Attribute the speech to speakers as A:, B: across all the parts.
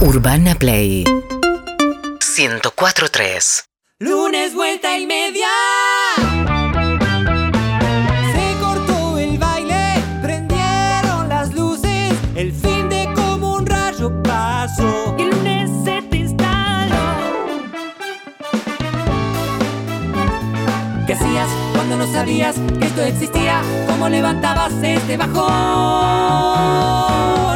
A: Urbana Play 104.3
B: Lunes, vuelta y media. Se cortó el baile, prendieron las luces, el fin de como un rayo pasó.
C: Y el lunes se te instaló.
B: ¿Qué hacías cuando no sabías que esto existía? ¿Cómo levantabas este bajón?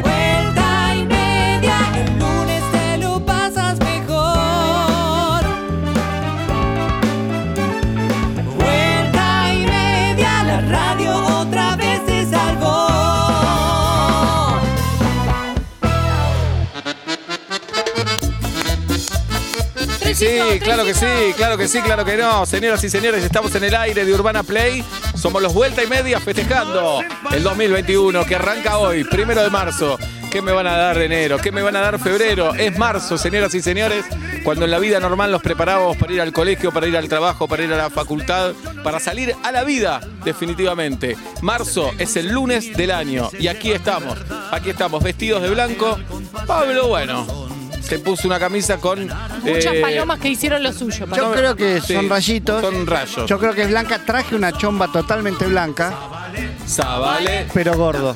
B: Vuelta y media, el lunes te lo pasas mejor. Vuelta y media, la radio otra vez se salvó.
D: Sí, claro que sí, claro que sí, claro que no. Señoras y señores, estamos en el aire de Urbana Play. Somos los Vuelta y Media festejando el 2021 que arranca hoy, primero de marzo. ¿Qué me van a dar enero? ¿Qué me van a dar febrero? Es marzo, señoras y señores, cuando en la vida normal nos preparábamos para ir al colegio, para ir al trabajo, para ir a la facultad, para salir a la vida, definitivamente. Marzo es el lunes del año y aquí estamos, aquí estamos, vestidos de blanco. Pablo, bueno. Se puso una camisa con...
E: Muchas
D: eh,
E: palomas que hicieron lo
F: Yo
E: suyo. Paloma.
F: creo que
D: Sí,
F: son rayitos.
D: Son rayos.
F: Yo creo que es blanca. Traje una chomba totalmente blanca,
D: Sabale,
F: pero gordo.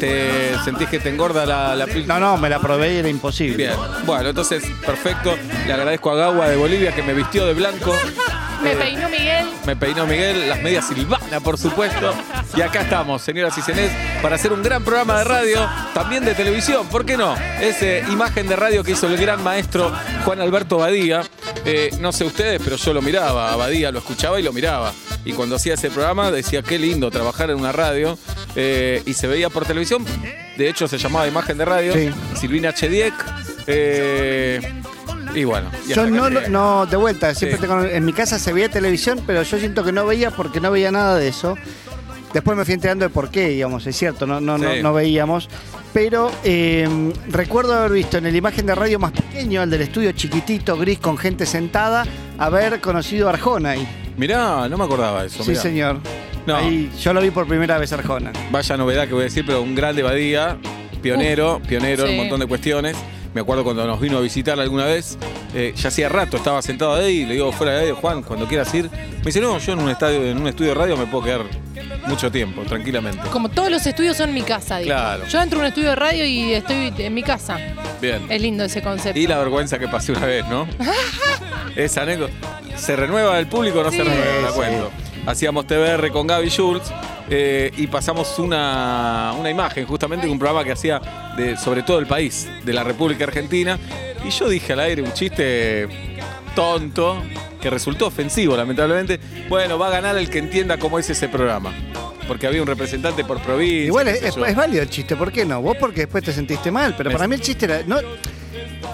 D: ¿te sentís que te engorda la, la pil-
F: No, no, me la probé y era imposible.
D: Bien. Bueno, entonces, perfecto. Le agradezco a Gawa de Bolivia que me vistió de blanco.
E: Me
D: Eh,
E: peinó Miguel.
D: Me peinó Miguel, las medias Silvana, por supuesto. Y acá estamos, señoras y señores, para hacer un gran programa de radio, también de televisión, ¿por qué no? Esa imagen de radio que hizo el gran maestro Juan Alberto Badía. Eh, no sé ustedes, pero yo lo miraba, a Badía lo escuchaba y lo miraba. Y cuando hacía ese programa decía, qué lindo trabajar en una radio. Eh, y se veía por televisión, de hecho se llamaba Imagen de Radio,
F: Sí.
D: Silvina Chediek. eh, y bueno. y
F: Yo
D: hasta
F: no,
D: acá
F: lo-
D: llegué.
F: no, de vuelta, siempre
D: Sí.
F: tengo- en mi casa se veía televisión, pero yo siento que no veía porque no veía nada de eso. Después me fui enterando de por qué, digamos, es cierto, no, no, no,
D: Sí.
F: no veíamos. Pero eh, recuerdo haber visto en el imagen de radio más pequeño, el del estudio chiquitito, gris, con gente sentada, haber conocido a Arjona ahí.
D: Mirá, no me acordaba de eso. Oh,
F: Sí,
D: mirá.
F: señor.
D: No.
F: Ahí, yo lo vi por primera vez Arjona.
D: Vaya novedad que voy a decir, pero un grande Badía, pionero, pionero en
E: sí.
D: un montón de cuestiones. Me acuerdo cuando nos vino a visitar alguna vez, eh, ya hacía rato, estaba sentado ahí y le digo fuera de radio, Juan, cuando quieras ir. Me dice, no, yo en un estadio, en un estudio de radio me puedo quedar mucho tiempo, tranquilamente.
E: Como todos los estudios son mi casa, digo.
D: Claro.
E: Yo entro a un estudio de radio y estoy en mi casa.
D: Bien.
E: Es lindo ese concepto.
D: Y la vergüenza que pasé una vez, ¿no? Esa anécdota. ¿Se renueva el público o no se
E: Sí.
D: renueva? La
F: Sí.
D: cuento. Hacíamos TBR con Gaby Schultz eh, y pasamos una, una imagen justamente de un programa que hacía de, sobre todo el país, de la República Argentina. Y yo dije al aire un chiste tonto que resultó ofensivo, lamentablemente. Bueno, va a ganar el que entienda cómo es ese programa. Porque había un representante por provincia.
F: Igual
D: qué
F: es,
D: sé
F: es-
D: yo.
F: es válido el chiste, ¿por qué no? Vos porque después te sentiste mal, pero
D: Me-
F: para mí el chiste era... No,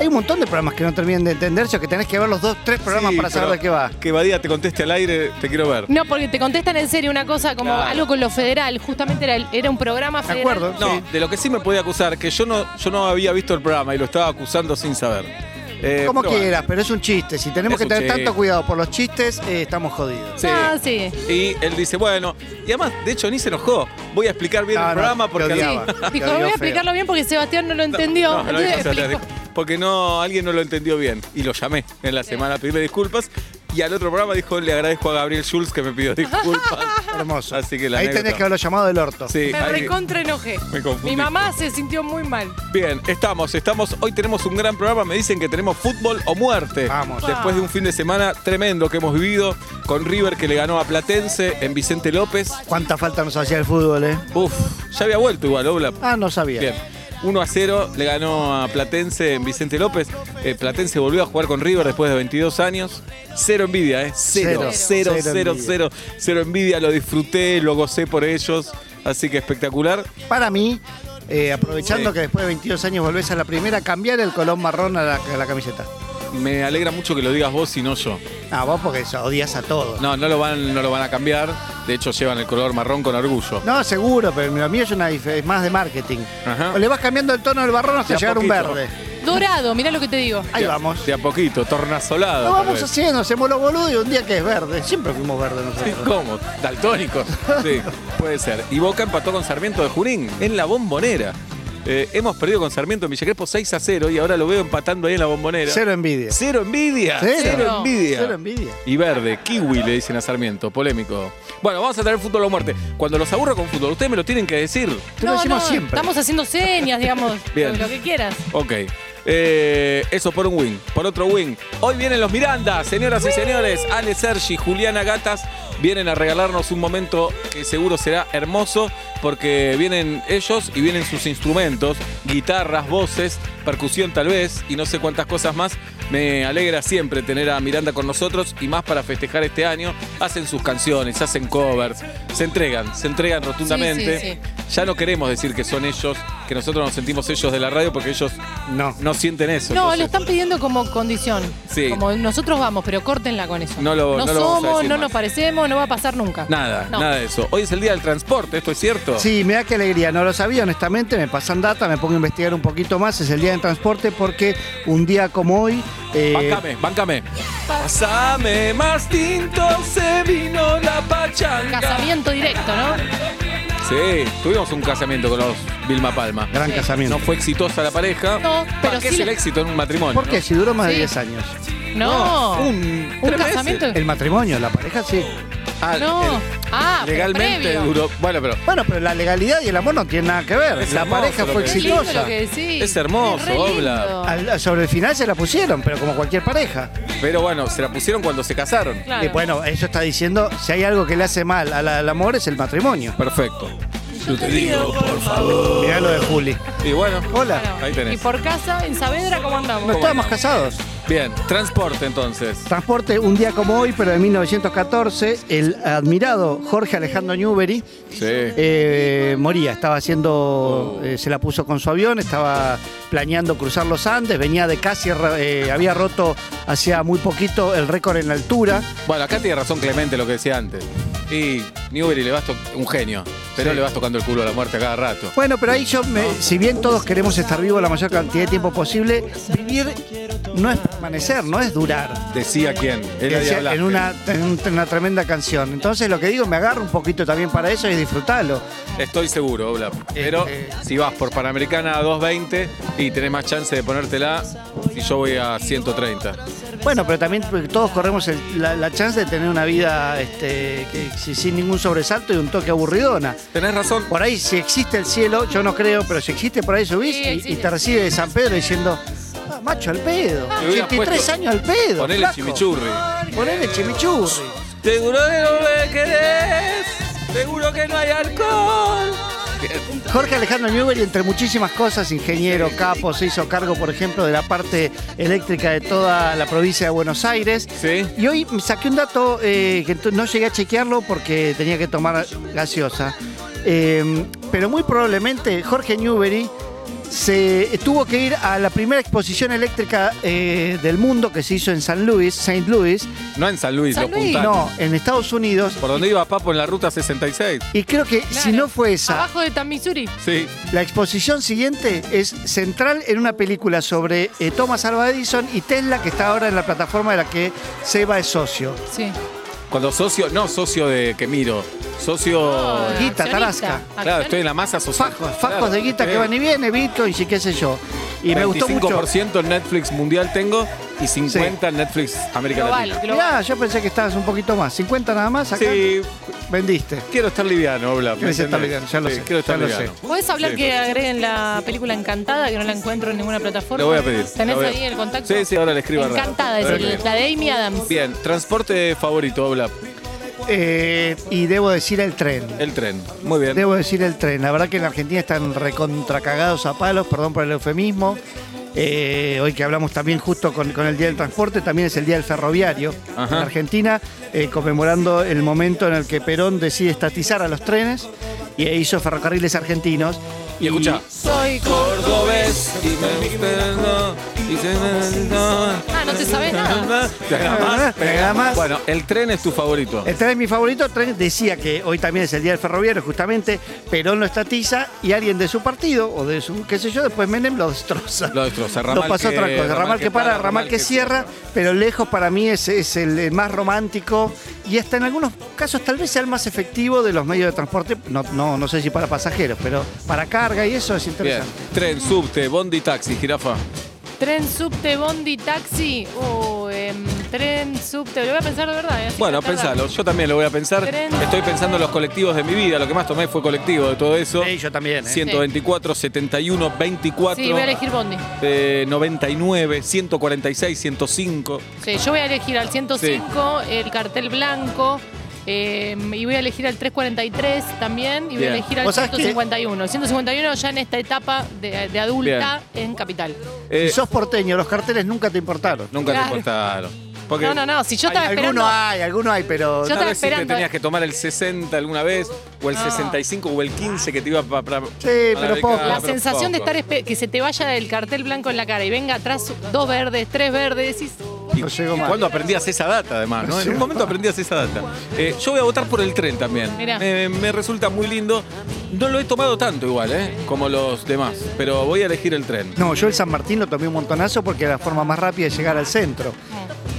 F: hay un montón de programas que no terminan de entenderse o que tenés que ver los dos, tres programas
D: Sí,
F: para saber
D: pero
F: de qué va.
D: Que Badía te conteste al aire, te quiero ver.
E: No, porque te contestan en serio una cosa como
D: Claro.
E: algo con lo federal. Justamente era, el- era un programa
F: De
E: federal.
F: acuerdo.
D: No,
F: Sí.
D: de lo que sí me podía acusar, que yo no, yo no había visto el programa y lo estaba acusando sin saber. Eh,
F: Como
D: pero bueno,
F: quieras, pero es un chiste. Si tenemos
D: Es
F: que
D: un
F: tener
D: chiste.
F: tanto cuidado por los chistes, eh, estamos jodidos.
D: sí.
E: Ah, sí.
D: Y él dice, bueno, y además, de hecho, ni se enojó. Voy a explicar bien
F: No,
D: el
F: no,
D: programa
F: te
D: porque...
F: odiaba. Te
E: Dijo,
F: odió
E: voy a
F: feo.
E: explicarlo bien porque Sebastián no lo
D: No,
E: entendió.
D: no, no lo
E: Entonces
D: dijo, o sea,
E: explico.
D: porque no, alguien no lo entendió bien. Y lo llamé en la semana a pedirle disculpas. Y al otro programa dijo, le agradezco a Gabriel Schulz que me pidió disculpas.
F: Hermoso.
D: Así que la
F: Ahí tenés
D: anécdota.
F: que haberlo llamado del orto.
D: Sí,
E: Me
D: ahí-
E: recontra enojé.
D: Me confundí.
E: Mi mamá se sintió muy mal.
D: Bien, estamos, estamos. Hoy tenemos un gran programa. Me dicen que tenemos fútbol o muerte.
F: Vamos.
D: Después de un fin de semana tremendo que hemos vivido con River que le ganó a Platense en Vicente López.
F: Cuánta falta nos hacía el fútbol, ¿eh?
D: Uf, ya había vuelto igual, Oblak.
F: Ah, no sabía.
D: Bien. 1 a 0 le ganó a Platense en Vicente López. Eh, Platense volvió a jugar con River después de 22 años. Cero envidia, ¿eh? Cero, cero, cero,
F: Cero.
D: cero,
F: Cero
D: cero,
F: envidia.
D: envidia. Lo disfruté, lo gocé por ellos. Así que espectacular.
F: Para mí, eh, aprovechando
D: Sí.
F: que después de 22 años volvés a la primera, cambiar el color marrón a la, a la camiseta.
D: Me alegra mucho que lo digas vos y no yo.
F: Ah, vos porque eso, odias a todos.
D: No, no lo van, no lo van a cambiar. De hecho, llevan el color marrón con orgullo.
F: No, seguro, pero lo mío es, una, dif- es más de marketing.
D: Ajá.
F: O le vas cambiando el tono del barrón
D: De
F: hasta
D: a
F: llegar a un
D: poquito.
F: verde.
E: Dorado, mirá lo que te digo.
F: Ahí
D: De a-
F: vamos.
D: De a poquito, tornasolado.
F: Lo
D: tal
F: vamos
D: vez.
F: haciendo, hacemos los boludos y un día que es verde. Siempre fuimos verdes
D: Sí,
F: nosotros.
D: ¿Cómo? Daltónicos. Sí, puede ser. Y Boca empató con Sarmiento de Junín en la bombonera. Eh, hemos perdido con Sarmiento en Villacrespo 6 a 0 y ahora lo veo empatando ahí en la bombonera.
F: Cero envidia.
D: Cero envidia.
F: Cero.
D: Cero envidia.
F: Cero envidia.
D: Y verde, kiwi le dicen a Sarmiento, polémico. Bueno, vamos a tener fútbol o muerte. Cuando los aburro con fútbol, ustedes me lo tienen que decir.
F: Te lo decimos siempre.
E: Estamos haciendo señas, digamos.
D: Bien.
E: Lo que quieras.
D: Ok. Eh, eso por un win. Por otro win. Hoy vienen los Miranda, señoras y señores. Ale Sergi, Juliana Gatas vienen a regalarnos un momento que seguro será hermoso porque vienen ellos y vienen sus instrumentos, guitarras, voces, percusión tal vez y no sé cuántas cosas más. Me alegra siempre tener a Miranda con nosotros y más para festejar este año. Hacen sus canciones, hacen covers, se entregan, se entregan rotundamente.
E: sí,
D: Ya no queremos decir que son ellos, que nosotros nos sentimos ellos de la radio porque ellos
F: No.
D: no sienten eso.
E: No,
D: entonces,
E: lo están pidiendo como condición.
D: Sí.
E: Como nosotros vamos, pero córtenla con eso.
D: No lo- no lo vamos a
E: somos,
D: decir
E: no
D: más.
E: nos parecemos, no va a pasar nunca.
D: Nada,
E: No.
D: nada de eso. Hoy es el día del transporte, ¿esto es cierto?
F: Sí, me da qué alegría. No lo sabía, honestamente. Me pasan data, me pongo a investigar un poquito más. Es el día del transporte porque un día como hoy. eh,
D: Báncame, báncame. Pásame más tinto, se vino la pachanga.
E: Casamiento directo, ¿no?
D: Sí, tuvimos un casamiento con los Vilma Palma.
F: gran
E: Sí.
F: casamiento.
D: No fue exitosa la pareja.
E: No, pero
D: ¿Para qué
E: sí
D: es el
E: la-
D: éxito en un matrimonio?
F: ¿Por qué? Si duró más de
E: Sí.
F: 10 años.
E: No.
D: un, tres meses.
E: casamiento?
F: El matrimonio, la pareja sí.
D: Ah,
E: No.
D: el-
E: Ah, pero
D: legalmente
E: previo.
D: duró. Bueno, pero
F: Bueno, pero la legalidad y el amor no tienen nada que ver.
D: Es
F: la
D: hermoso
F: pareja
D: lo
F: fue
D: que
E: Qué
D: decís.
E: lindo
F: exitosa.
E: lo que decís.
D: Es hermoso,
E: re lindo.
D: Obla.
F: Al- sobre el final se la pusieron, pero como cualquier pareja.
D: Pero bueno, se la pusieron cuando se casaron.
E: Claro.
F: Y bueno, eso está diciendo, si hay algo que le hace mal al, al amor es el matrimonio.
D: Perfecto. Yo te digo, por favor.
F: Mirá lo de Juli.
D: Y bueno,
F: Hola.
E: Claro.
D: Ahí tenés.
E: Y por casa, en Saavedra, ¿cómo andamos?
F: No estábamos casados.
D: bien, transporte entonces.
F: Transporte, un día como hoy, pero de 1914, el admirado Jorge Alejandro Newbery
D: Sí.
F: eh, moría. Estaba haciendo,
D: Oh.
F: eh, se la puso con su avión, estaba planeando cruzar los Andes, venía de casi, eh, había roto hacía muy poquito el récord en altura.
D: Bueno, acá tiene razón Clemente lo que decía antes. Y Newbery le vas to- un genio, pero
F: Sí.
D: le vas tocando el culo a la muerte a cada rato.
F: Bueno, pero ahí yo, me- si bien todos queremos estar vivos la mayor cantidad de tiempo posible, vivir no es permanecer, no es durar.
D: Decía quién, era
F: Decía,
D: de Blasque.
F: en, una, en un- en una tremenda canción. Entonces lo que digo, me agarro un poquito también para eso y disfrutarlo.
D: Estoy seguro, Oblap. Pero
F: Este-
D: si vas por Panamericana a 2.20 y tenés más chance de ponértela, si yo voy a 130.
F: Bueno, pero también porque todos corremos el- la, la chance de tener una vida este, que- si- sin ningún sobresalto y un toque aburridona.
D: Tenés razón,
F: Por ahí, si existe el cielo, yo no creo, pero si existe, por ahí subís
E: Sí,
F: y- y,
E: existe.
F: te recibe de San Pedro diciendo, "Ah, macho al pedo,
D: Te hubiera
F: 83
D: puesto-
F: años al pedo.
D: ponele
F: flaco".
D: chimichurri.
F: Ponele chimichurri.
D: Seguro que no me querés, seguro que no hay alcohol.
F: Jorge Alejandro Newbery, entre muchísimas cosas, ingeniero, capo, se hizo cargo, por ejemplo, de la parte eléctrica de toda la provincia de Buenos Aires.
D: Sí.
F: Y hoy me saqué un dato eh, que tu- no llegué a chequearlo porque tenía que tomar gaseosa. Eh, pero muy probablemente Jorge Newbery se tuvo que ir a la primera exposición eléctrica eh, del mundo que se hizo en San Luis, Saint Louis,
D: No en San Luis,
E: San
D: lo
E: Luis.
D: puntaron.
F: no, en Estados Unidos.
D: Por donde iba Papo en la ruta 66.
F: Y creo que si
E: Claro.
F: no fue esa,
E: Abajo de Tamizuri.
D: Sí.
F: La exposición siguiente es central en una película sobre eh, Thomas Alva Edison y Tesla, que está ahora en la plataforma de la que Seba es socio.
E: Sí.
D: Cuando socio, no socio de que miro, socio.
E: Ah,
F: Guita,
E: accionista.
F: tarasca.
D: Claro, estoy en la masa social.
F: Fajos, fajos
D: Claro,
F: de guita que
D: eh,
F: van y vienen, bitcoins y qué sé yo. Y me gustó mucho.
D: 25% en Netflix mundial tengo y 50 en Netflix América
E: Global,
D: Latina.
E: global.
F: Mirá, yo pensé que estabas un poquito más. 50 nada más acá.
D: Sí,
F: Vendiste.
D: quiero estar liviano, Obla. ¿me
F: Querés estar
D: entendés?
F: liviano, ya lo
D: Sí,
F: sé,
D: Quiero estar
F: ya lo
D: liviano.
E: ¿Podés hablar
D: Sí.
E: que agreguen la película Encantada, que no la encuentro en ninguna plataforma?
D: Lo voy a pedir.
E: ¿Tenés
D: lo voy a-
E: ahí el contacto?
D: Sí, sí, ahora le escribo a Rafa.
E: Encantada, es
D: Ahora
E: el-
D: le escribo.
E: la de Amy Adams.
D: Bien, transporte favorito, Obla.
F: Eh, y debo decir el tren.
D: El tren. Muy bien.
F: Debo decir el tren. La verdad que en la Argentina están recontracagados a palos, perdón por el eufemismo. Eh, hoy que hablamos también justo con, con el Día del Transporte, también es el Día del Ferroviario
D: Ajá.
F: en Argentina, eh, conmemorando el momento en el que Perón decide estatizar a los trenes y hizo ferrocarriles argentinos.
D: Y escucha.
E: Soy
D: Cordobés y me gusta, no.
E: Ah, no te sabes nada.
D: Pega más, pega más. Bueno, el tren es tu favorito.
F: El tren Este es mi favorito. El tren decía que hoy también es el día del ferroviario, justamente. Perón lo estatiza y alguien de su partido o de su, qué sé yo, después Menem lo destroza.
D: Lo destroza.
F: Lo
D: Ramal
F: pasó
D: que-
F: otra cosa. Ramal que para, ramal que cierra, pero lejos para mí es, es el eh, más romántico y hasta en algunos casos tal vez sea el más efectivo de los medios de transporte. No, no, no sé si para pasajeros, pero para carga y eso es
D: Bien.
F: interesante.
D: Tren, subte, bondi, taxi, jirafa.
E: Tren, subte, bondi, taxi. O em, tren, subte. Lo voy a pensar de verdad. eh, así
D: Bueno,
E: que voy a tardar.
D: pensalo. Yo también lo voy a pensar.
E: Tren.
D: Estoy pensando en los colectivos de mi vida. Lo que más tomé fue colectivo de todo eso.
F: Sí, yo también. ¿eh?
D: 124, 71, 24,
E: Sí, voy a elegir bondi.
D: eh, 99, 146, 105.
E: Sí, yo voy a elegir al 105, el cartel blanco. em, y voy a elegir al 343 también y voy
D: Bien.
E: a elegir al
F: ¿Vos sabés que-
E: 151. 151 ya en esta etapa de, de adulta en Capital.
D: Eh,
F: Si sos porteño, los carteles nunca te importaron.
D: Nunca te
E: Claro.
D: importaron. Porque
E: No, no, no, si yo estaba esperando...
F: Algunos hay, algunos hay, pero
E: Yo
D: Tal
E: estaba
D: vez si te
E: esperando.
D: tenías que tomar el 60 alguna vez, o el
E: No.
D: 65, o el 15 que te iba pa- para.
F: Sí,
D: para
F: pero
D: becar,
F: poco.
E: La
D: pero
E: sensación de
D: poco.
E: estar espe- que se te vaya el cartel blanco en la cara y venga atrás dos verdes, tres verdes, decís,
D: ¿Y,
F: No llegó
D: y
F: más.
D: cuándo aprendías esa data, además? ¿no? En un
F: llegó
D: momento aprendías esa data. Eh, yo voy a votar por el tren también.
E: Mirá.
D: Me, me resulta muy lindo. No lo he tomado tanto igual, ¿eh? Como los demás, pero voy a elegir el tren.
F: No, yo el San Martín lo tomé un montonazo porque era la forma más rápida de llegar al centro.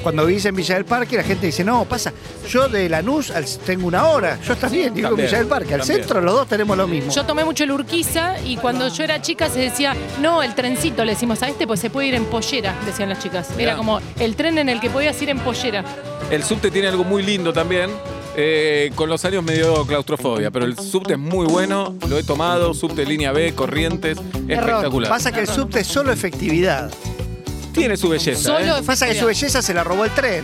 F: Cuando vivís en Villa del Parque, la gente dice, no, pasa, yo de Lanús al- tengo una hora, yo también, digo
D: También,
F: Villa del Parque, al
D: también.
F: centro los dos tenemos lo mismo.
E: yo tomé mucho el Urquiza y cuando yo era chica se decía, no, el trencito, le decimos a este, pues se puede ir en pollera, decían las chicas.
D: Mirá.
E: Era como el tren en el que podías ir en pollera.
D: El subte tiene algo muy lindo también. eh, con los años me dio claustrofobia, pero el subte es muy bueno, lo he tomado, subte línea B, corrientes,
F: Error.
D: espectacular.
F: Pasa que el subte es solo efectividad.
D: Tiene su belleza.
E: Solo
D: ¿eh?
F: Pasa que su belleza se la robó el tren.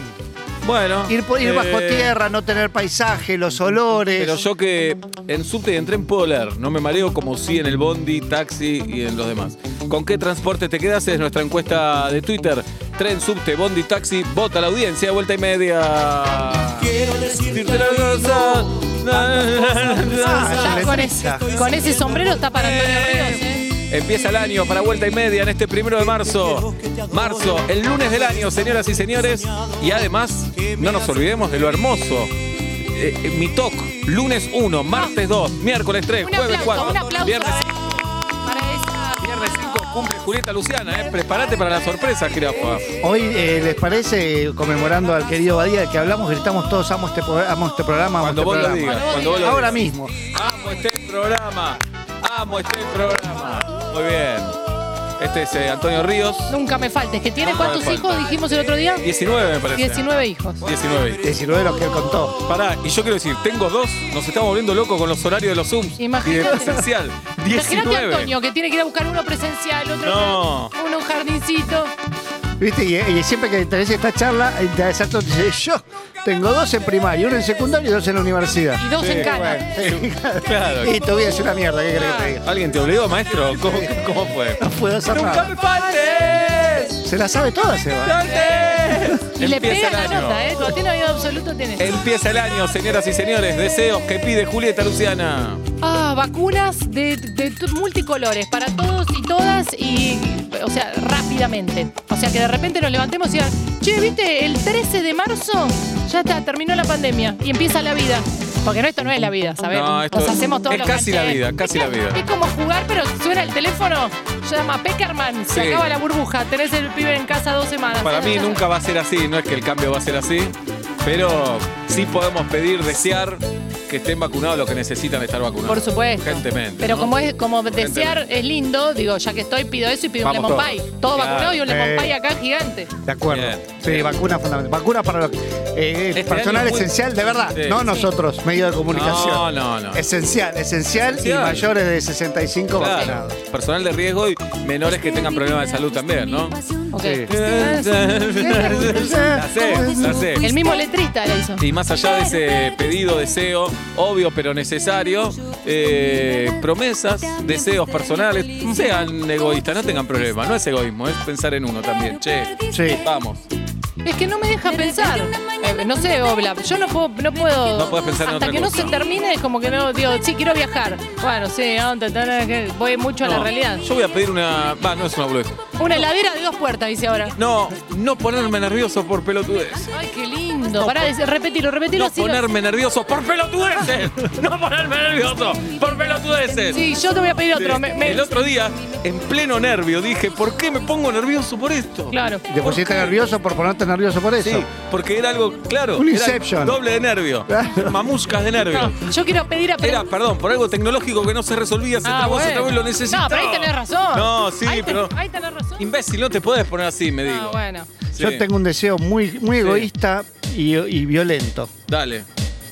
D: Bueno.
F: Ir, por- ir
D: eh,
F: bajo tierra, no tener paisaje, los olores.
D: Pero yo que en subte y en tren puedo leer, no me mareo como sí en el bondi, taxi y en los demás. ¿Con qué transporte te quedas? Es nuestra encuesta de Twitter. Tren, subte, bondi, taxi, vota la audiencia, vuelta y media.
B: Quiero decirte
D: la cosa.
F: Ah,
E: Ya,
F: la
E: con,
F: letrista.
E: ese, con ese sombrero está para Antonio Ríos, ¿eh?
D: Empieza el año para vuelta y media en este primero de marzo. Marzo, el lunes del año, señoras y señores. Y además, no nos olvidemos de lo hermoso. Eh, eh, mi TOC, lunes 1, martes 2, miércoles 3,
E: Un
D: jueves
E: aplauso,
D: 4,
E: un aplauso
D: viernes
E: para esa.
D: Viernes 5 cumple Julieta Luciana, ¿eh? Prepárate para la sorpresa, jirafa.
F: Hoy, eh, ¿les parece, conmemorando al querido Badía, del que hablamos, gritamos todos, amo este, pro- amo este programa, amo
D: Cuando
F: este
D: vos lo
F: programa?
D: digas, cuando vos lo
F: Ahora
D: digas.
F: mismo.
D: Amo este programa, amo este programa. Muy bien. Este es eh, Antonio Ríos,
E: Nunca me faltes. ¿Que tiene
D: No me
E: cuántos
D: falta.
E: hijos? Dijimos el otro día.
D: 19 me parece.
E: 19 hijos.
D: 19.
F: 19 los que él contó.
D: Pará, y yo quiero decir, tengo dos, nos estamos volviendo locos con los horarios de los Zooms y de
E: Imagínate.
D: presencial.
E: Imagínate a
D: 19.
E: Antonio que tiene que ir a buscar uno presencial, otro
D: No.
E: uno un jardincito.
F: ¿Viste? Y, y siempre que interesa esta charla, interesa todo, dice, yo tengo dos en primaria, uno en secundaria y dos en la universidad.
E: Y dos
D: Sí,
E: en cana.
D: Claro.
F: Y tu vida es una mierda, ¿qué querés que te diga?
D: ¿Alguien te obligó, maestro? ¿Cómo, cómo fue?
F: No puedo hacer
D: ¡Nunca
F: nada.
D: me faltes!
F: Se la sabe toda, Seba.
D: ¡Faltes!
E: Y le
D: Empieza
E: pega
D: el
E: la
D: año.
E: nota, ¿eh? Cuando tiene oído absoluto tenés.
D: Empieza el año, señoras y señores. Deseos que pide Julieta Luciana.
E: Ah, vacunas de, de t- multicolores para todos y todas y, o sea, rápidamente. O sea, que de repente nos levantemos y digan, che, viste, el 13 de marzo ya está, terminó la pandemia y empieza la vida. Porque no, esto no es la vida, ¿sabes?
D: No, esto
E: Nos hacemos todos
D: es
E: los
D: casi la
E: cancheros.
D: vida, casi la vida.
E: Es como jugar, pero suena el teléfono, llama Peckerman, se
D: Sí.
E: acaba la burbuja, tenés el pibe en casa dos semanas.
D: Para mí nunca va a ser así, no es que el cambio va a ser así, pero sí podemos pedir, desear que estén vacunados los que necesitan estar vacunados.
E: Por supuesto.
D: Urgentemente.
E: Pero
D: ¿no?
E: como es como desear es lindo, digo, ya que estoy, pido eso y pido
D: Vamos
E: un
D: todos.
E: lemon pie. Todo
D: Claro.
E: vacunado y un lemon
F: Eh.
E: pie acá gigante.
F: De acuerdo.
D: Bien.
F: Sí, vacunas fundamentales. Vacunas para los. eh,
D: Este
F: personal
D: año es muy-
F: esencial, de verdad.
D: Sí.
F: No
D: Sí.
F: nosotros, medio de comunicación.
D: No, no, no.
F: Esencial, esencial,
D: Esencial.
F: y mayores de 65
D: Claro.
F: vacunados.
D: Personal de riesgo y menores que tengan problemas de salud también, ¿no?
E: Ok.
F: Sí.
D: La sé, la sé.
E: El mismo letrista la hizo.
D: Y más allá de ese pedido, deseo, obvio pero necesario, eh, promesas, deseos personales, sean egoístas, no tengan problemas, no es egoísmo, es pensar en uno también, che.
F: Sí.
D: Vamos.
E: Es que no me deja pensar. Eh, no sé, Obla, yo no puedo. No, puedo
D: No puedes pensar en
E: Hasta
D: otra
E: que
D: cosa.
E: no se termine, es como que no digo, sí, quiero viajar. Bueno, sí, ah, ta, ta, ta, que voy mucho a la
D: No,
E: realidad.
D: Yo voy a pedir una. Va, no es una boludez.
E: Una heladera de dos puertas, dice ahora.
D: No, no ponerme nervioso por pelotudez.
E: Ay, qué lindo. Pará, es- repetilo, repetilo
D: No
E: así. lo-
D: ponerme nervioso por pelotudeces. No ponerme nervioso por pelotudeces.
E: Sí, yo te voy a pedir otro. me- me-
D: El otro día, en pleno nervio, dije, ¿por qué me pongo nervioso por esto?
E: Claro.
F: ¿Te pusiste nervioso por ponerte nervioso por eso?
D: Sí, porque era algo, claro,
F: Un
D: era
F: Inception.
D: doble de nervio.
F: Claro.
D: Mamuscas de nervio.
E: No, yo quiero pedir a
D: Era, perdón, por algo tecnológico que no se resolvía, se
E: Ah,
D: trabó, se
E: bueno.
D: trabó y lo necesitaba.
E: No, pero ahí tenés razón.
D: No, sí,
E: Ahí ten-
D: pero...
E: ahí tenés razón.
D: Imbécil, no te puedes poner así, me digo.
E: Ah, bueno.
D: Sí,
F: Yo tengo un deseo muy, muy
D: Sí.
F: egoísta y, y violento.
D: Dale.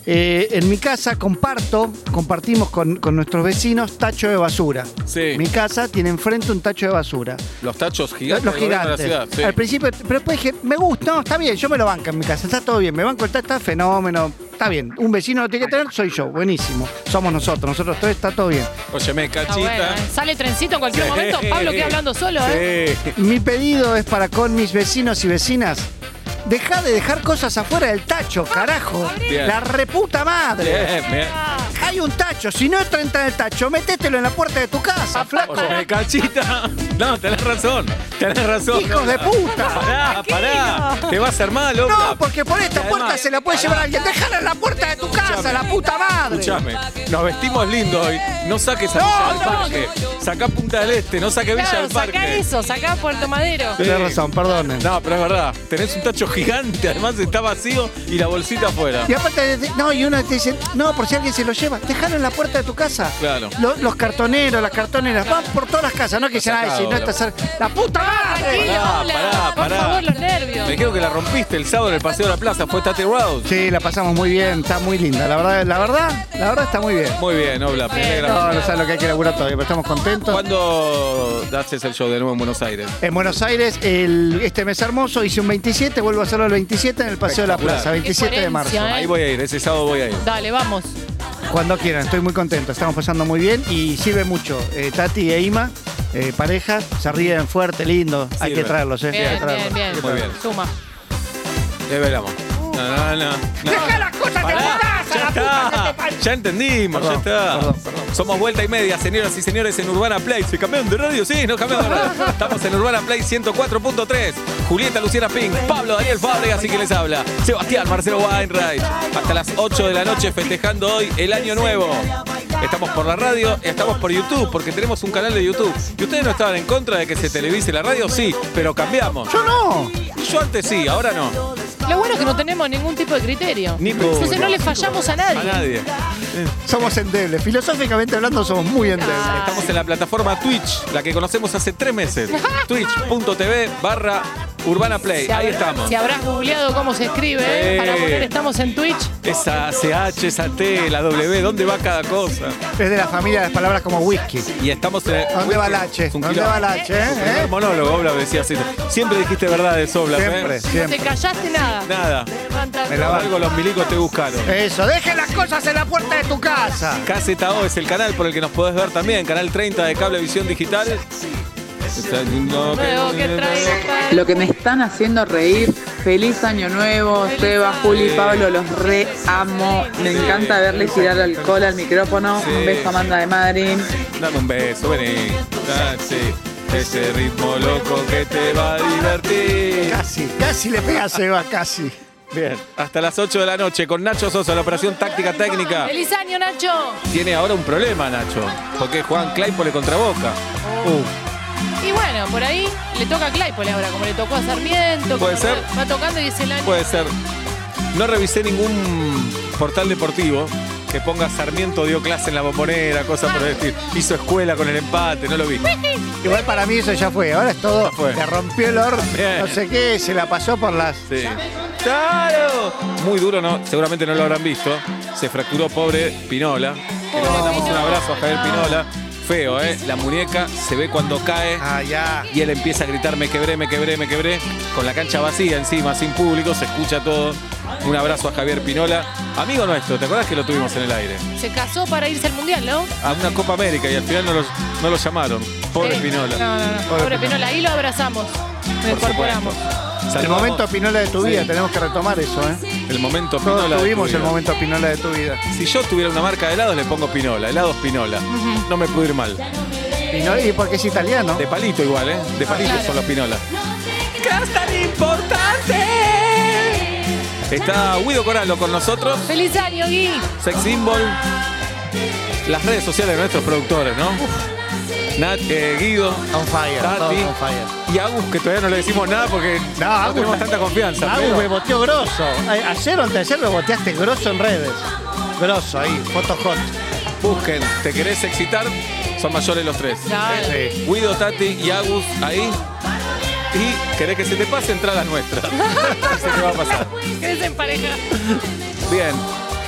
F: Eh, en mi casa comparto, compartimos con, con nuestros vecinos tacho de basura.
D: Sí.
F: Mi casa tiene enfrente un tacho de basura.
D: Los tachos gigantes.
F: Los
D: del gobierno
F: gigantes.
D: De la ciudad, sí.
F: Al principio, pero después dije, me gusta, no, está bien, yo me lo banco en mi casa, está todo bien, me banco el tacho, está fenómeno, está bien. Un vecino lo tiene que tener, soy yo, buenísimo. Somos nosotros, nosotros tres, está todo bien.
D: Óyeme,
E: Ah,
D: cachita.
E: bueno, eh. Sale trencito en cualquier momento.
D: Sí.
E: Pablo queda hablando solo, ¿eh?
D: Sí.
F: Mi pedido es para con mis vecinos y vecinas. Deja de dejar cosas afuera del tacho, carajo.
D: Bien.
F: La reputa madre.
D: Bien, bien.
F: Hay un tacho, si no entra en el tacho, métetelo en la puerta de tu casa, flaco. ¿eh?
D: Óyeme, cachita. No, tenés razón. Tenés razón.
F: Hijos de puta.
D: Pará, pará. Te vas a armar, loco.
F: No, porque por esta
D: Y
F: puerta
D: además-
F: se la puede llevar alguien. Déjala en la puerta de tu casa, la puta madre.
D: Escuchame, nos vestimos lindo hoy. No saques a
F: No,
D: Villa del
F: no.
D: Parque. Sacá Punta del Este, no saques Villa
E: Claro,
D: del Parque.
E: sacá eso, sacá Puerto Madero.
D: Sí.
F: Tienes razón, perdonen.
D: No, pero es verdad. Tenés un tacho gigante, además está vacío y la bolsita afuera.
F: Y aparte, de- no, y uno te dice, no, por si alguien se lo lleva, déjalo en la puerta de tu casa.
D: Claro.
F: Lo- los cartoneros, las cartoneras, van por todas las casas, no que dicen, ay, si no está cerca. ¡La puta madre!
E: Tranquilo,
D: Ah, Pará,
E: hola.
D: pará,
E: Por
D: pará.
E: favor, los
D: Me
E: nervios.
D: creo que la rompiste el sábado en el Paseo de la Plaza, fue Tate Road.
F: Sí, la pasamos muy bien, está muy linda. La verdad, la verdad, la verdad está muy bien.
D: Muy bien, Obla, me alegra.
F: No, no sabes lo que hay que laburar todavía, pero estamos contentos.
D: ¿Cuándo haces el show de nuevo en Buenos Aires?
F: En Buenos Aires, el, este mes hermoso, hice un 27, vuelvo a hacerlo el 27 en el Paseo de la
D: Espectacular.
F: Plaza, 27 de marzo.
E: coherencia, ¿eh?
D: Ahí voy a ir, ese sábado voy a ir.
E: Dale, vamos. ¿eh?
F: Cuando quieran, estoy muy contento, estamos pasando muy bien y sirve mucho. Eh, Tati e Ima, eh, pareja, se ríen fuerte, lindo. Hay
D: Sirve.
F: que traerlos, ¿eh? hay
E: Bien,
F: que traerlos.
E: bien, bien.
D: Muy bien.
E: Suma.
D: Develamos. No, no, no. Uh. Deja las cosas de ya está. Ya entendimos,
F: Perdón,
D: ya está.
F: perdón, perdón.
D: Somos vuelta y media, señoras y señores, en Urbana Play. ¿Se cambiaron de radio? Sí, no cambiaron de radio. Estamos en Urbana Play 104.3. Julieta Luciana Pink, Pablo Daniel Fábrega, así que les habla. Sebastián Marcelo Weinreich. Hasta las 8 de la noche festejando hoy el año nuevo. Estamos por la radio, estamos por YouTube, porque tenemos un canal de YouTube. ¿Y ustedes no estaban en contra de que se televise la radio? Sí, pero cambiamos.
F: Yo no.
D: Yo antes sí, ahora no.
E: Lo bueno es que no tenemos ningún tipo de criterio.
D: Ni
E: Entonces
D: criterio.
E: no le fallamos a
D: A
E: nadie.
D: nadie.
F: Somos endebles. Filosóficamente hablando, somos muy
E: Ah.
F: endebles.
D: Estamos en la plataforma Twitch, la que conocemos hace tres meses. Twitch.tv barra Urbana Play.
E: Si
D: Ahí
E: habrá-
D: estamos.
E: Si habrás googleado cómo se escribe, ¿eh?
D: Sí.
E: para poner estamos en Twitch.
D: Esa CH, esa T, la W, ¿dónde va cada cosa?
F: Es de la familia de las palabras como whisky.
D: Y estamos en.
F: ¿Dónde va el H?
D: Es un
F: ¿Dónde
D: quilombo.
F: va el H?
D: Tu primer
F: eh?
D: monólogo, Obla, decía así. Siempre dijiste verdades, Obla. ¿eh?
F: Siempre,
E: No te
F: siempre.
E: callaste nada.
D: Nada.
E: Fantástico.
F: Me la
D: Por
F: banco.
D: algo los milicos te buscaron.
F: Eso, dejen las cosas en la puerta de tu casa.
D: KZO es el canal por el que nos podés ver también, canal 30 de Cablevisión Digital.
E: Luego que traigo para-
A: Lo que me están haciendo reír, feliz año nuevo, Seba, Juli, Pablo, los re amo. Me encanta verles tirar alcohol al micrófono.
D: Sí.
A: Un beso Amanda de Madrid.
D: Dame un beso, vení. Taxi. Ese ritmo loco que te va a divertir.
F: Casi, casi le pega a Seba, casi.
D: Bien. Hasta las 8 de la noche con Nacho Sosa, la operación táctica técnica.
E: ¡Feliz año, Nacho!
D: Tiene ahora un problema, Nacho. Porque Juan Claypole contra Boca.
E: Y bueno, por ahí le toca a Claypole ahora, como le tocó a Sarmiento.
D: Puede
E: como
D: ser.
E: Va tocando y dice el año.
D: Puede ser. No revisé ningún portal deportivo que ponga Sarmiento dio clase en la bombonera, cosas por decir. Hizo escuela con el empate, no lo vi.
F: Igual para mí eso ya fue. Ahora es todo.
D: Ya fue.
F: Le rompió el orto,
D: Bien.
F: no sé qué, se la pasó por las.
D: Sí. ¡Claro! Muy duro, no, seguramente no lo habrán visto. Se fracturó pobre Pinola. Que le mandamos un abrazo a Javier Pinola. Feo, ¿eh? La muñeca se ve cuando cae
F: Ah, ya.
D: y él empieza a gritar me quebré, me quebré, me quebré. Con la cancha vacía encima, sin público, se escucha todo. Un abrazo a Javier Pinola. Amigo nuestro, ¿te acordás que lo tuvimos en el aire?
E: Se casó para irse al mundial, ¿no?
D: A una Copa América y al final no lo no lo llamaron. Pobre
E: Sí.
D: Pinola.
E: No, no, no. Pobre, Pinola. Ahí lo abrazamos. Lo
D: Por
E: incorporamos.
D: supuesto.
F: El
D: Saludamos-
F: momento Pinola de tu vida,
D: Sí.
F: tenemos que retomar eso, ¿eh?
D: El momento
F: Todos
D: Pinola de tu
F: tuvimos
D: vida.
F: el momento Pinola de tu vida.
D: Si yo tuviera una marca de helados, le pongo Pinola. Helados Pinola. No me puedo ir mal.
F: Pinola- y porque es italiano.
D: De palito igual, ¿eh? De palito
E: claro.
D: son los Pinola.
E: ¡Importante!
D: Está Guido Coralo con nosotros.
E: ¡Feliz año, Gui!
D: Sex Symbol. Las redes sociales de nuestros productores, ¿no? Nat, eh, Guido.
F: On fire,
D: Tati.
F: todos on fire.
D: Y Agus, que todavía no le decimos nada porque
F: No,
D: no,
F: Agus
D: tenemos
F: me-
D: tanta confianza.
F: Agus
D: pero-
F: me boteó grosso. A- Ayer o anteayer me boteaste grosso en redes. Grosso ahí, fotos hot.
D: Busquen, te querés excitar, son mayores los tres.
E: Claro.
F: Sí.
D: Guido, Tati y Agus ahí. Y querés que se te pase, entra a las nuestras. No sé qué va a pasar.
E: ¿Querés en pareja?
D: Bien.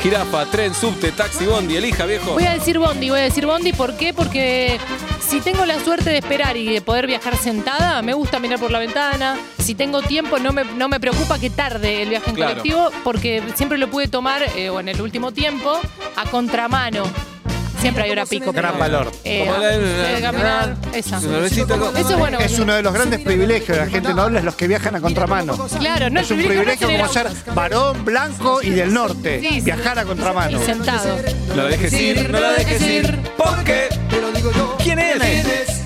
D: Jirafa, tren, subte, taxi, bondi, elija, viejo.
E: Voy a decir Bondi, voy a decir Bondi, ¿por qué? Porque si tengo la suerte de esperar y de poder viajar sentada, me gusta mirar por la ventana. Si tengo tiempo, no me, no me preocupa que tarde el viaje en
D: Claro.
E: colectivo, porque siempre lo pude tomar, eh, o en el último tiempo, a contramano. Siempre hay hora pico.
F: Gran
E: pero,
F: valor.
E: eh,
D: Como la-
E: eh, caminar, esa.
D: Un olorcito como-
E: Eso es bueno.
F: Es uno de los grandes privilegios de la gente noble, es los que viajan a contramano.
E: Claro, no
F: es un privilegio
E: no
F: como
E: es
F: ser varón, blanco y del norte.
E: Sí, sí.
F: Viajar a contramano.
E: Y sentado.
D: No la dejes ir, no la dejes ir. Porque. ¿Quién es?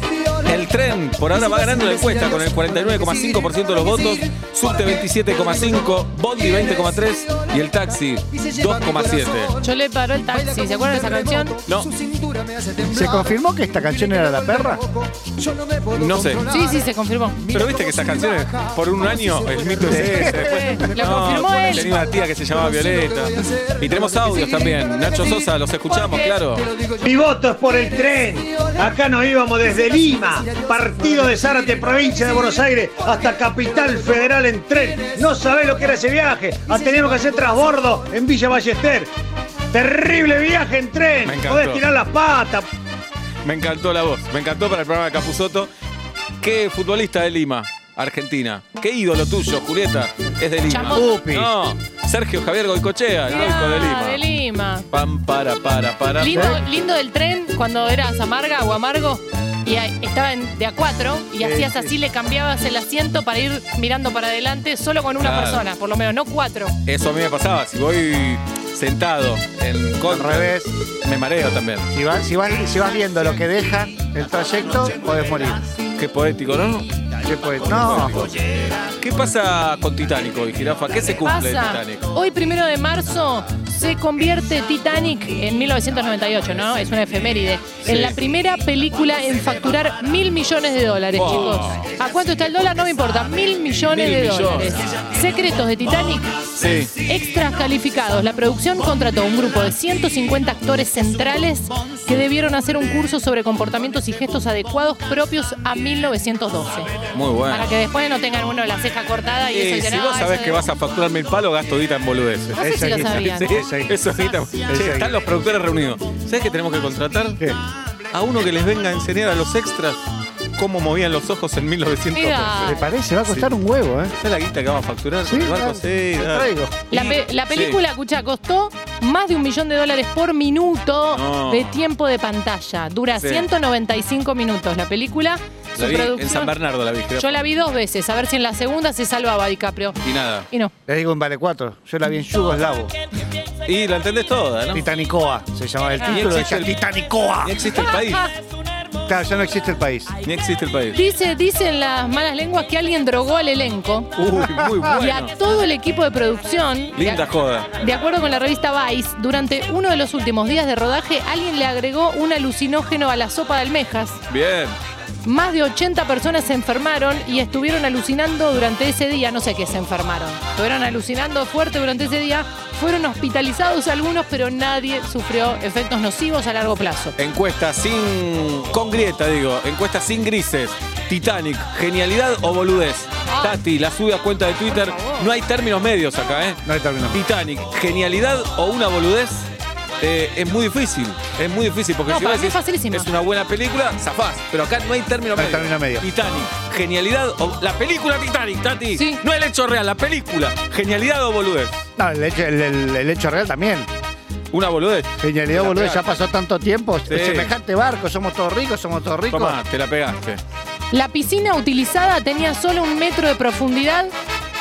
D: El tren por ahora va ganando la encuesta con el 49,5% de los votos, subte 27,5, bondi 20,3 y el taxi 2,7.
E: Yo le paro el taxi, ¿se acuerdan de esa canción?
D: No,
F: ¿Se confirmó que esta canción era la perra?
D: no sé.
E: Sí, sí, se confirmó.
D: Pero viste que esas canciones por un año el mito es ese. después-
E: Lo confirmó él.
D: Tenía una tía que se llamaba Violeta. Y tenemos audios también. Nacho Sosa, los escuchamos, claro.
G: Mi voto es por el tren. Acá nos íbamos desde Lima, partido de Zárate, provincia de Buenos Aires, hasta Capital Federal en tren. No sabés lo que era ese viaje. Ah, Teníamos que hacer trasbordo en Villa Ballester. Terrible viaje en tren.
D: Me encantó.
G: Podés tirar las patas.
D: Me encantó la voz. Me encantó para el programa de Capusoto. ¿Qué futbolista de Lima, Argentina? ¿Qué ídolo tuyo, Julieta? Es de Lima.
E: Chamot.
F: Upi.
D: No, Sergio Javier Goicochea, el loco de
E: Ah,
D: Lima.
E: de Lima.
D: Pam, para, para, para.
E: Lindo, lindo del tren cuando eras amarga o amargo y ahí estaba en- de a cuatro y hacías así, le cambiabas el asiento para ir mirando para adelante solo con una
D: Claro.
E: persona, por lo menos, no cuatro.
D: Eso a mí me pasaba. Si voy sentado en contra,
F: revés.
D: me mareo también.
F: Si vas, si, vas, si vas viendo lo que deja el trayecto, podés morir.
D: Qué poético, ¿no?
F: Después, no.
D: ¿Qué pasa con Titanic hoy, Jirafa? ¿Qué se cumple en
E: Pasa,
D: Titanic?
E: hoy primero de marzo se convierte Titanic en 1998, ¿no? Es una efeméride.
D: Sí.
E: En la primera película en facturar mil millones de dólares,
D: Wow.
E: chicos. ¿A cuánto está el dólar? No me importa, mil millones
D: Mil
E: de
D: millones.
E: dólares. Secretos de Titanic.
D: Sí.
E: Extras calificados. La producción contrató un grupo de 150 actores centrales que debieron hacer un curso sobre comportamientos y gestos adecuados propios a 1912.
D: Muy bueno.
E: Para que después no tengan uno la ceja cortada y eso
D: Y
E: dice,
D: si
E: "No,
D: vos
E: eso
D: sabés
E: de-
D: que vas a facturar mil palos, gasto dita en boludeces.
E: No sé si lo
F: Esa-
E: sabían.
D: Sí,
F: Esa-
D: eso ahorita. Che, están los productores reunidos. ¿Sabes qué tenemos que contratar?
F: ¿Qué?
D: A uno que les venga a enseñar a los extras cómo movían los ojos en 1900.
E: Mira.
F: Me parece, va a costar un huevo, ¿eh?
D: ¿Sabes la guita que vamos a facturar?
F: Sí,
D: El barco,
F: claro.
D: sí,
F: Te
D: dale.
F: traigo.
E: La, pe- la película, escucha, costó más de un millón de dólares por minuto
D: No.
E: de tiempo de pantalla. Dura
D: Sí.
E: 195 minutos la película.
D: La
E: Su
D: vi en
E: producción-
D: San Bernardo la vi. creo.
E: Yo la vi dos veces, a ver si en la segunda se salvaba DiCaprio.
D: Y nada.
E: Y no.
F: Le digo en Vale 4. Yo la vi en Yugoslavo.
D: Y la entendés toda, ¿no?
F: Titanicoa se llamaba el título.
D: existe
F: decía
D: el-
F: Titanicoa.
D: Ni existe el país.
F: Claro, ya no existe el país.
D: Ni existe el país.
E: Dice, dicen las malas lenguas que alguien drogó al elenco
D: Uy, muy
E: y
D: bueno.
E: a todo el equipo de producción.
D: Linda
E: de ac-
D: joda.
E: De acuerdo con la revista Vice, durante uno de los últimos días de rodaje, alguien le agregó un alucinógeno a la sopa de almejas.
D: Bien.
E: Más de 80 personas se enfermaron y estuvieron alucinando durante ese día. No sé qué se enfermaron. Estuvieron alucinando fuerte durante ese día. Fueron hospitalizados algunos, pero nadie sufrió efectos nocivos a largo plazo.
D: Encuesta sin. con grieta, digo. Encuesta sin grises. Titanic, genialidad o boludez.
E: Ah.
D: Tati, la sube a cuenta de Twitter. No hay términos medios acá, ¿eh?
F: No hay término.
D: Titanic, genialidad o una boludez. eh, es muy difícil, es muy difícil porque
E: No,
D: si
E: para
D: vos
E: mí es
D: decís,
E: facilísima.
D: es una buena película, zafás, pero acá no hay término
F: No hay
D: medio.
F: término medio.
D: Titanic, genialidad o la película Titanic, Tati,
E: Sí.
D: no el hecho real, la película, genialidad o boludez.
F: No, el hecho, el- el- el hecho real también.
D: Una boludez.
F: Genialidad,
D: La
F: boludo, ya
D: pegaste.
F: pasó tanto tiempo. Semejante barco, somos todos ricos, somos todos ricos.
D: Tomá, te la pegaste.
E: La piscina utilizada tenía solo un metro de profundidad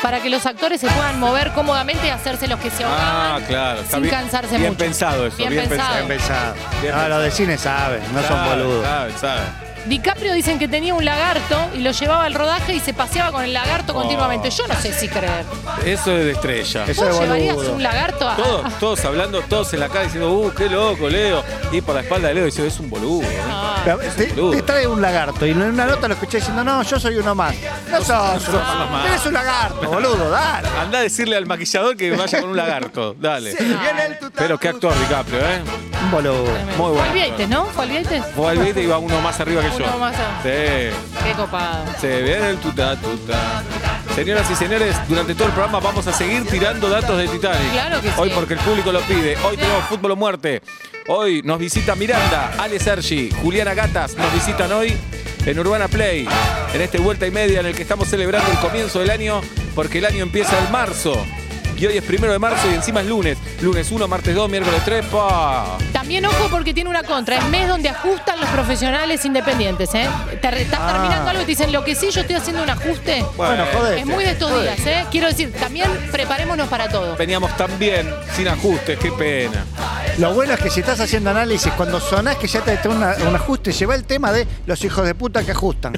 E: para que los actores se puedan mover cómodamente y hacerse los que se ahogaban
D: Ah, claro.
E: sin cansarse
D: bien
E: mucho.
D: pensado eso.
E: Bien
D: Bien,
E: pensado.
D: pensado.
F: Empezado.
D: Bien
F: No,
D: pensado.
F: Ah, los de cine saben, no son
D: Sabe,
F: boludos.
D: sabe, sabe.
E: DiCaprio dicen que tenía un lagarto y lo llevaba al rodaje y se paseaba con el lagarto
D: Oh.
E: continuamente. Yo no sé si creer.
D: Eso es de estrella.
F: Eso
E: ¿Vos
F: es
E: llevarías
F: boludo.
E: un lagarto a.?
D: Todos, todos hablando, todos en la cara diciendo, uh, qué loco, Leo. Y por la espalda de Leo diciendo, es un boludo. ¿eh?
F: Pero
D: Es un
F: Te,
D: boludo.
F: te trae un lagarto y en una nota lo escuché diciendo, no, yo soy uno más. No sos uno
D: uno
F: más.
D: más.
F: Eres un lagarto, boludo, dale.
D: Andá a decirle al maquillador que vaya con un lagarto. Dale.
F: viene el tutá,
D: Pero qué actor DiCaprio, ¿eh?
F: Un boludo.
D: Muy
E: Fue
D: bueno.
E: Albiates, ¿no? Fue Albiates.
D: Vos al y iba uno más arriba que yo.
E: Uno más a-
D: Sí.
E: Qué copado.
D: Se viene el tuta tuta. Señoras y señores, durante todo el programa vamos a seguir tirando datos de Titanic.
E: Claro que sí.
D: Hoy porque el público lo pide. Hoy tenemos fútbol o muerte. Hoy nos visita Miranda, Ale Sergi, Juliana Gatas nos visitan hoy en Urbana Play, en este vuelta y media en el que estamos celebrando el comienzo del año, porque el año empieza en marzo. Y hoy es primero de marzo y encima es lunes. Lunes 1, martes 2, miércoles 3. ¡pa!
E: También ojo porque tiene una contra, es mes donde ajustan los profesionales independientes, ¿eh? Te re-
D: Ah.
E: estás terminando algo y te dicen, lo que sí, yo estoy haciendo un ajuste.
F: Bueno, joder.
E: es muy de estos días, ¿eh? Quiero decir, también preparémonos para todo.
D: Veníamos tan bien, sin ajustes, qué pena.
F: Lo bueno es que si estás haciendo análisis, cuando sonás que ya te tenés una- un ajuste, lleva el tema de los hijos de puta que ajustan.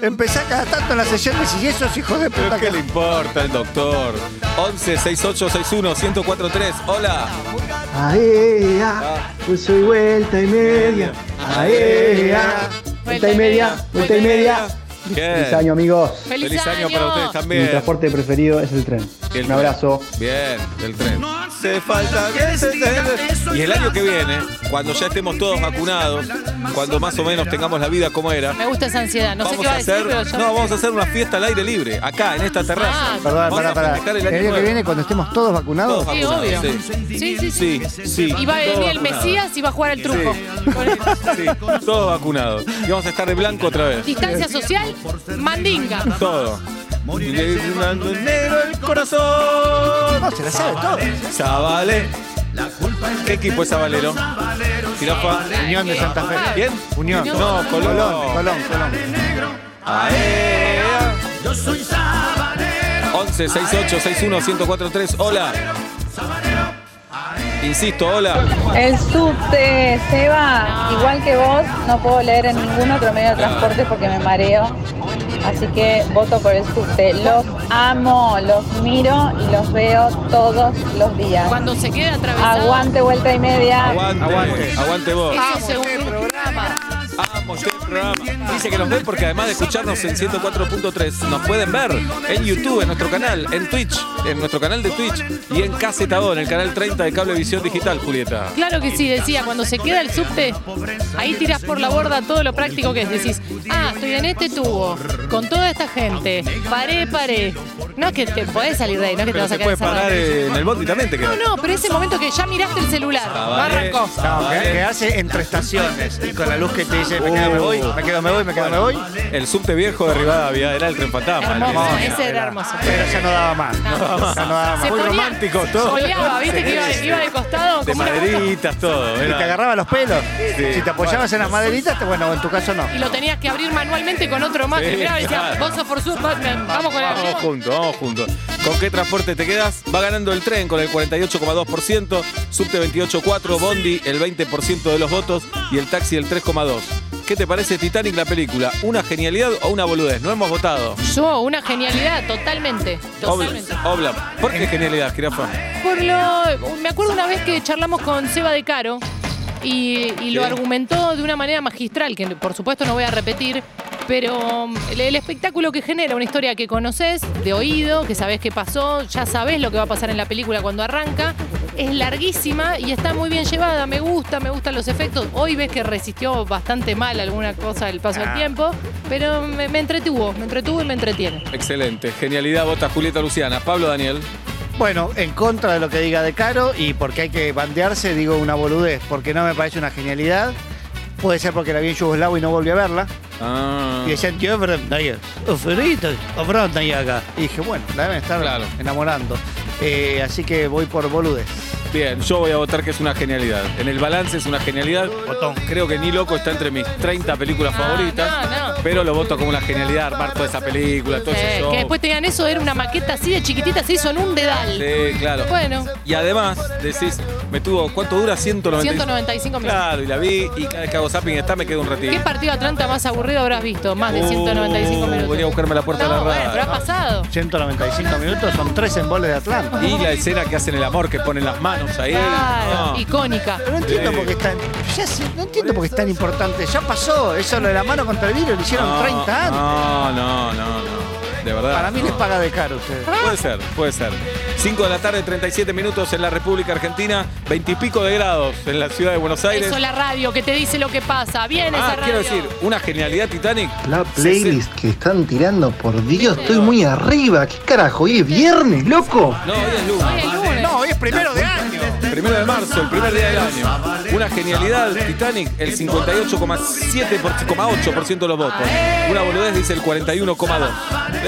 F: Empezá cada tanto en las sesiones y esos hijos de
D: ¿Pero
F: puta que
D: qué le
F: ajustan.
D: importa el doctor? 11 68 61 1043. Hola. Ah.
H: Aea, yo pues soy vuelta y media.
D: Eh,
H: Aea, vuelta y media, vuelta y media.
D: Bien.
H: Feliz año, amigos.
E: ¡Feliz,
D: Feliz año para ustedes
H: Mi
D: también.
H: transporte preferido es el tren.
D: Y el
H: Un abrazo.
D: tren. Bien, el tren. hace falta que se te- Y el año que viene, cuando ya estemos todos vacunados, cuando más o menos tengamos la vida como era,
E: Me gusta esa ansiedad, no sé
D: vamos
E: qué va
D: a
E: a decir,
D: hacer,
E: pero yo...
D: no, vamos a hacer una fiesta al aire libre, acá en esta terraza.
E: Ah,
F: Perdón,
D: Vamos
F: pará,
D: a
F: pará.
D: festejar
F: El
D: el año
F: año que
D: nuevo.
F: viene, cuando estemos todos vacunados,
D: Todos
E: Sí,
D: vacunados,
E: obvio.
D: sí.
E: Sí, sí, sí.
D: Sí, sí.
E: Y va a venir el
D: Todos
E: Mesías y va a jugar el truco.
D: Sí, todos vacunados. Y vamos a estar de blanco otra vez.
E: Distancia social, mandinga.
D: Todo. Moriré llenando de negro el corazón.
F: no, se la sabe todo.
D: eh. Zabale. ¿Qué equipo es Zabalero? Jirafa.
F: Unión de Santa Fe.
E: Ah,
D: ¿Bien?
F: Unión.
D: No, Colón.
F: Colón, Colón, Colón.
D: Aea. 11 68 61 1043. Hola. Insisto, hola.
I: El subte, Seba, igual que vos, no puedo leer en ningún otro medio de transporte porque me mareo. Así que voto por el subte. Los amo, los miro y los veo todos los días.
E: Cuando se queda atravesado...
I: Aguante vuelta y media.
D: Aguante. Aguante,
F: Aguante.
D: vos.
E: Eso según el programa.
D: Amo este programa. Dice que nos ven porque además de escucharnos en 104.3, nos pueden ver en YouTube, en nuestro canal, en Twitch, en nuestro canal de Twitch y en Casetador, en el canal 30 de Cablevisión Digital, Julieta.
E: Claro que sí, decía, cuando se queda el subte, ahí tirás por la borda todo lo práctico que es. Decís, ah, estoy en este tubo, con toda esta gente, paré, paré. No es que te podés salir de ahí, no es que te
D: Pero
E: vas a
D: se puede
E: quedar
D: parar
E: encerrado.
D: eh, en el bondi también, te
E: No,
D: quedas.
E: no, pero ese momento que ya miraste el celular, no
D: Tabaré,
E: arrancó.
F: No, que, que
D: tabaré.
F: hace entre estaciones y con la luz que te dice, me quedo, me voy, me quedo, me voy, me quedo, me voy.
D: El subte viejo de Rivadavia era el tren fantasma. el
E: Hermoso,
D: viejo.
E: ese era hermoso.
F: Pero ya no daba más. Ya Ah, no daba más.
E: Se ponía- Oleaba, viste que iba, de- iba de costado
D: De
E: como una-
D: maderitas, todo.
F: Y
D: era-
F: te agarraba los pelos.
D: Sí.
F: Si te apoyabas en las maderitas, te- bueno, en tu caso no.
E: y lo tenías que abrir manualmente con otro más.
D: Sí,
E: Mirá, decía,
D: claro.
E: vos sos forzudo, Batman, vamos con la
D: Vamos juntos, vamos juntos. ¿Con qué transporte te quedas? Va ganando el tren con el 48,2%, subte 28,4%, Bondi el 20% de los votos y el taxi el 3,2%. ¿Qué te parece Titanic la película? ¿Una genialidad o una boludez? No hemos votado.
E: Yo, una genialidad, totalmente. Totalmente.
D: Obla. Obla. ¿Por qué genialidad, jirafa?
E: Por lo, me acuerdo una vez que charlamos con Seba de Caro y, y lo
D: Sí.
E: argumentó de una manera magistral, que por supuesto no voy a repetir, pero mm, el, el espectáculo que genera una historia que conoces de oído, que sabés qué pasó, ya sabés lo que va a pasar en la película cuando arranca. Es larguísima y está muy bien llevada, me gusta, me gustan los efectos. Hoy ves que resistió bastante mal alguna cosa el paso
D: Ah.
E: del tiempo, pero me, me entretuvo, me entretuvo y me entretiene.
D: Excelente. Genialidad vota Julieta Luciana. Pablo Daniel.
F: Bueno, en contra de lo que diga De Caro y porque hay que bandearse, digo una boludez, porque no me parece una genialidad. Puede ser porque la vi en Yugoslavo y no volví a verla.
D: Ah.
F: Y decían, tío, perdón, nadie. Oferito, oferón, nadie acá. Y dije, bueno, la deben estar
D: Claro.
F: enamorando. Eh, así que voy por boludez.
D: Bien, yo voy a votar que es una genialidad. En el balance es una genialidad.
J: Botón.
D: Creo que Ni Loco está entre mis 30 películas
E: No,
D: favoritas.
E: Ah, no, no.
D: Pero lo voto como una genialidad, armar toda esa película, todo ese
E: Eh,
D: show.
E: que después tengan eso, era una maqueta así de chiquitita, se hizo en un dedal.
D: Sí, claro.
E: Bueno.
D: Y además, decís, me tuvo, ¿cuánto dura? 190.
E: 195 minutos.
D: Claro, y la vi y cada vez que hago zapping está me quedo un ratito.
E: ¿Qué partido de Atlanta más aburrido habrás visto? Más de 195
D: Uh,
E: minutos.
D: Venía a buscarme a la puerta de
E: No,
D: la
E: bueno,
D: radio.
E: pero ha pasado.
F: 195 minutos son tres emboles de Atlanta.
D: Y la escena que hacen el amor, que ponen las manos ahí.
E: Claro,
D: No.
E: icónica.
F: Pero no entiendo
D: Sí.
F: por qué es tan. ya sé, no entiendo por qué es tan importante. Ya pasó. Eso lo de la mano contra el vidrio lo hicieron
D: No,
F: 30 años.
D: No, no, no, no. De verdad.
F: Para mí
D: no.
F: les paga de caro a ustedes.
D: Puede ser, puede ser. 5 de la tarde, 37 minutos en la República Argentina, 20 y pico de grados en la ciudad de Buenos Aires.
E: Eso, la radio que te dice lo que pasa. Bien esa
D: ah,
E: radio.
D: quiero decir, una genialidad Titanic.
H: La playlist que están tirando, por Dios, estoy muy arriba. ¿Qué carajo? Hoy es viernes, loco.
D: No, hoy es lunes.
E: Hoy es lunes.
F: No, hoy es primero de año.
D: Primero de marzo, el primer día del año. Una genialidad, Titanic, el 58,7% de los votos. Una boludez dice el 41,2%.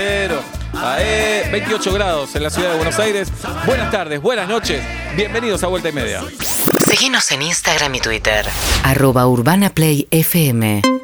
D: Pero, ae, 28 grados en la ciudad de Buenos Aires. Buenas tardes, buenas noches. Bienvenidos a Vuelta y Media.
K: Seguinos en Instagram y Twitter.
B: Arroba Urbana Play FM.